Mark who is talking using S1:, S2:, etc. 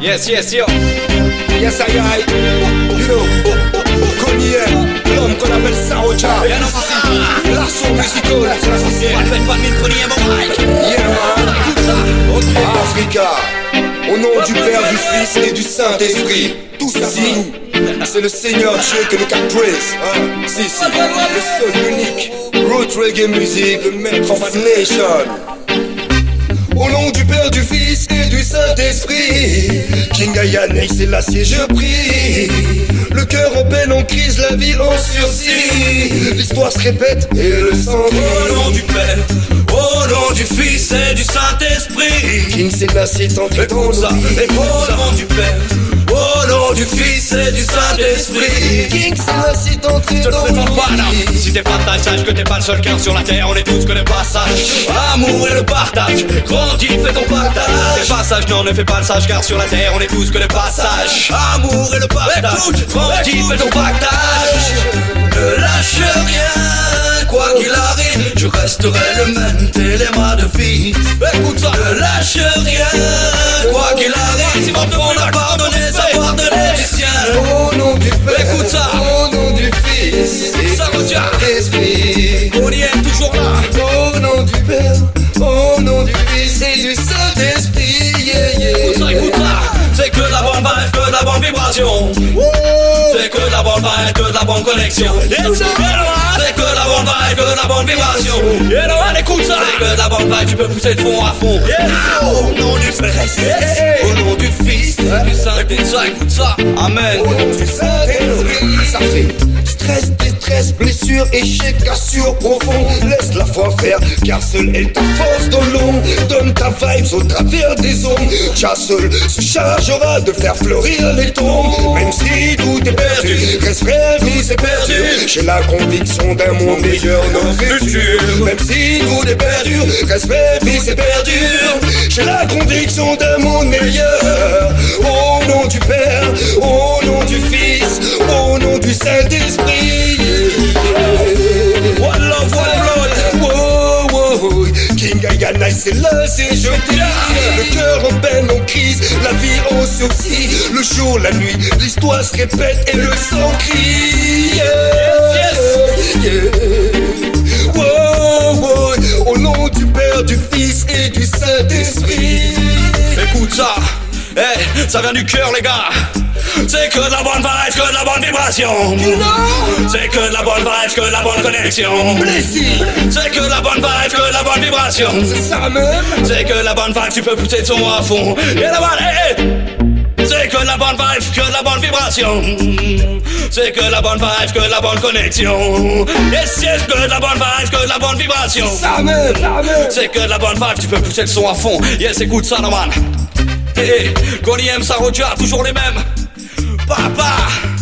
S1: Yes, yes, yo.
S2: Yes, aïe, aïe. You know, Kanye, l'homme qu'on appelle Sarocha.
S1: Y'a un assassin.
S2: L'arceau musical, c'est
S1: Pas
S2: l'assassin.
S1: de peine, pas de mine, prenez mon mic.
S2: Yeah, man.
S1: Écoute ça. Ok.
S2: Africa, au nom du Père, du Fils et du Saint-Esprit, tout ceci, c'est le Seigneur Dieu que nous caprice. Hein? Si, si, le seul unique, Root Reggae Music, le maître of nation. Au nom du Père, du Fils et du Saint-Esprit, King Ayanek, c'est l'acier, je prie. Le cœur en peine, en crise, la ville en sursis. L'histoire se répète et le sang
S1: Au nom du Père, au nom du Fils et du Saint-Esprit.
S2: King Selassie t'entre dans nos
S1: Écoute ça.
S2: vies.
S1: Écoute ça. Au nom du Père, au nom du Fils et du Saint-Esprit.
S2: King Selassie t'entre
S1: Je ne
S2: dans
S1: prétends
S2: nos
S1: pas là
S2: vies.
S1: Si t'es pas de taille, sache que t'es pas le seul cœur sur la terre On est tous que des passages Amour et le partage Grandis, fais ton partage Des passages, non ne fais pas le sage Car sur la terre on est tous que des passages Amour et le partage Grandis, fais ton partage Ne lâche rien Quoi qu'il arrive Je resterai le même T'es les mains de vie Écoute ça Ne lâche rien Quoi qu'il arrive Si maintenant on a pardonné Ça pardonner du sien
S2: Au nom du Père,
S1: Écoute ça.
S2: au nom du Fils, et
S1: Ça
S2: du
S1: retient.
S2: Saint-Esprit.
S1: On y est toujours là
S2: Au nom du Père, au nom du Fils et du Saint-Esprit. Yeah, yeah.
S1: Écoute ça, écoute ça. hein. C'est que de la bonne vibe, que de la bonne vibration C'est que de la bonne vibe, que de la bonne connexion Yeah, no, man. C'est que de la bonne vibe, que de la bonne vibration Yeah, no, man, écoute ça C'est que de la bonne vibe, tu peux pousser de fond à fond Au nom du Père, au nom du Fils, du Saint-Esprit Ça, écoute ça, Oh, Amen
S2: Au nom du Saint-Esprit, ça fait stress, détresse, blessure, échec, cassure profond. Laisse la foi faire, car seule est ta force dans l'ombre. Donne ta vibes au travers des hommes. Tcha seul se chargera de faire fleurir les tombes. Même si tout est perdu, reste frère, tout c'est perdu. J'ai la conviction d'un monde meilleur, nos futurs. Même si tout est perdu, reste frère, tout c'est perdu. J'ai la conviction d'un monde meilleur. Au nom du Père, au nom du Fils, au nom du Saint-Esprit.
S1: One love, one blood
S2: Wow, wow, King Ayana, c'est là, c'est je dis. Le cœur en peine, en crise, la vie en sursis. Le jour, la nuit, l'histoire se répète et le sang crie. Yeah, yeah. Wow, wow, Au nom du Père, du Fils et du Saint-Esprit.
S1: Écoute ça, eh, ça vient du cœur les gars C'est que de la bonne vibe, que de la bonne vibration C'est que de la bonne vibe, que de la bonne connexion
S2: Blessy,
S1: C'est que de la bonne vibe, que de la bonne vibration
S2: c'est ça même.
S1: C'est que de la bonne vibe, tu peux pousser de son à fond Et la bonne, eh, eh. C'est que de la bonne vibe, que de la bonne vibration C'est que de la bonne vibe, que de la bonne connexion Yes, yes, que de la bonne vibe, que de la bonne vibration
S2: Ça même, ça même.
S1: C'est que de la bonne vibe, tu peux pousser le son à fond. Yes, écoute ça, Eh, Norman. Hé, hey, Goni M, Saroja, toujours les mêmes. Papa,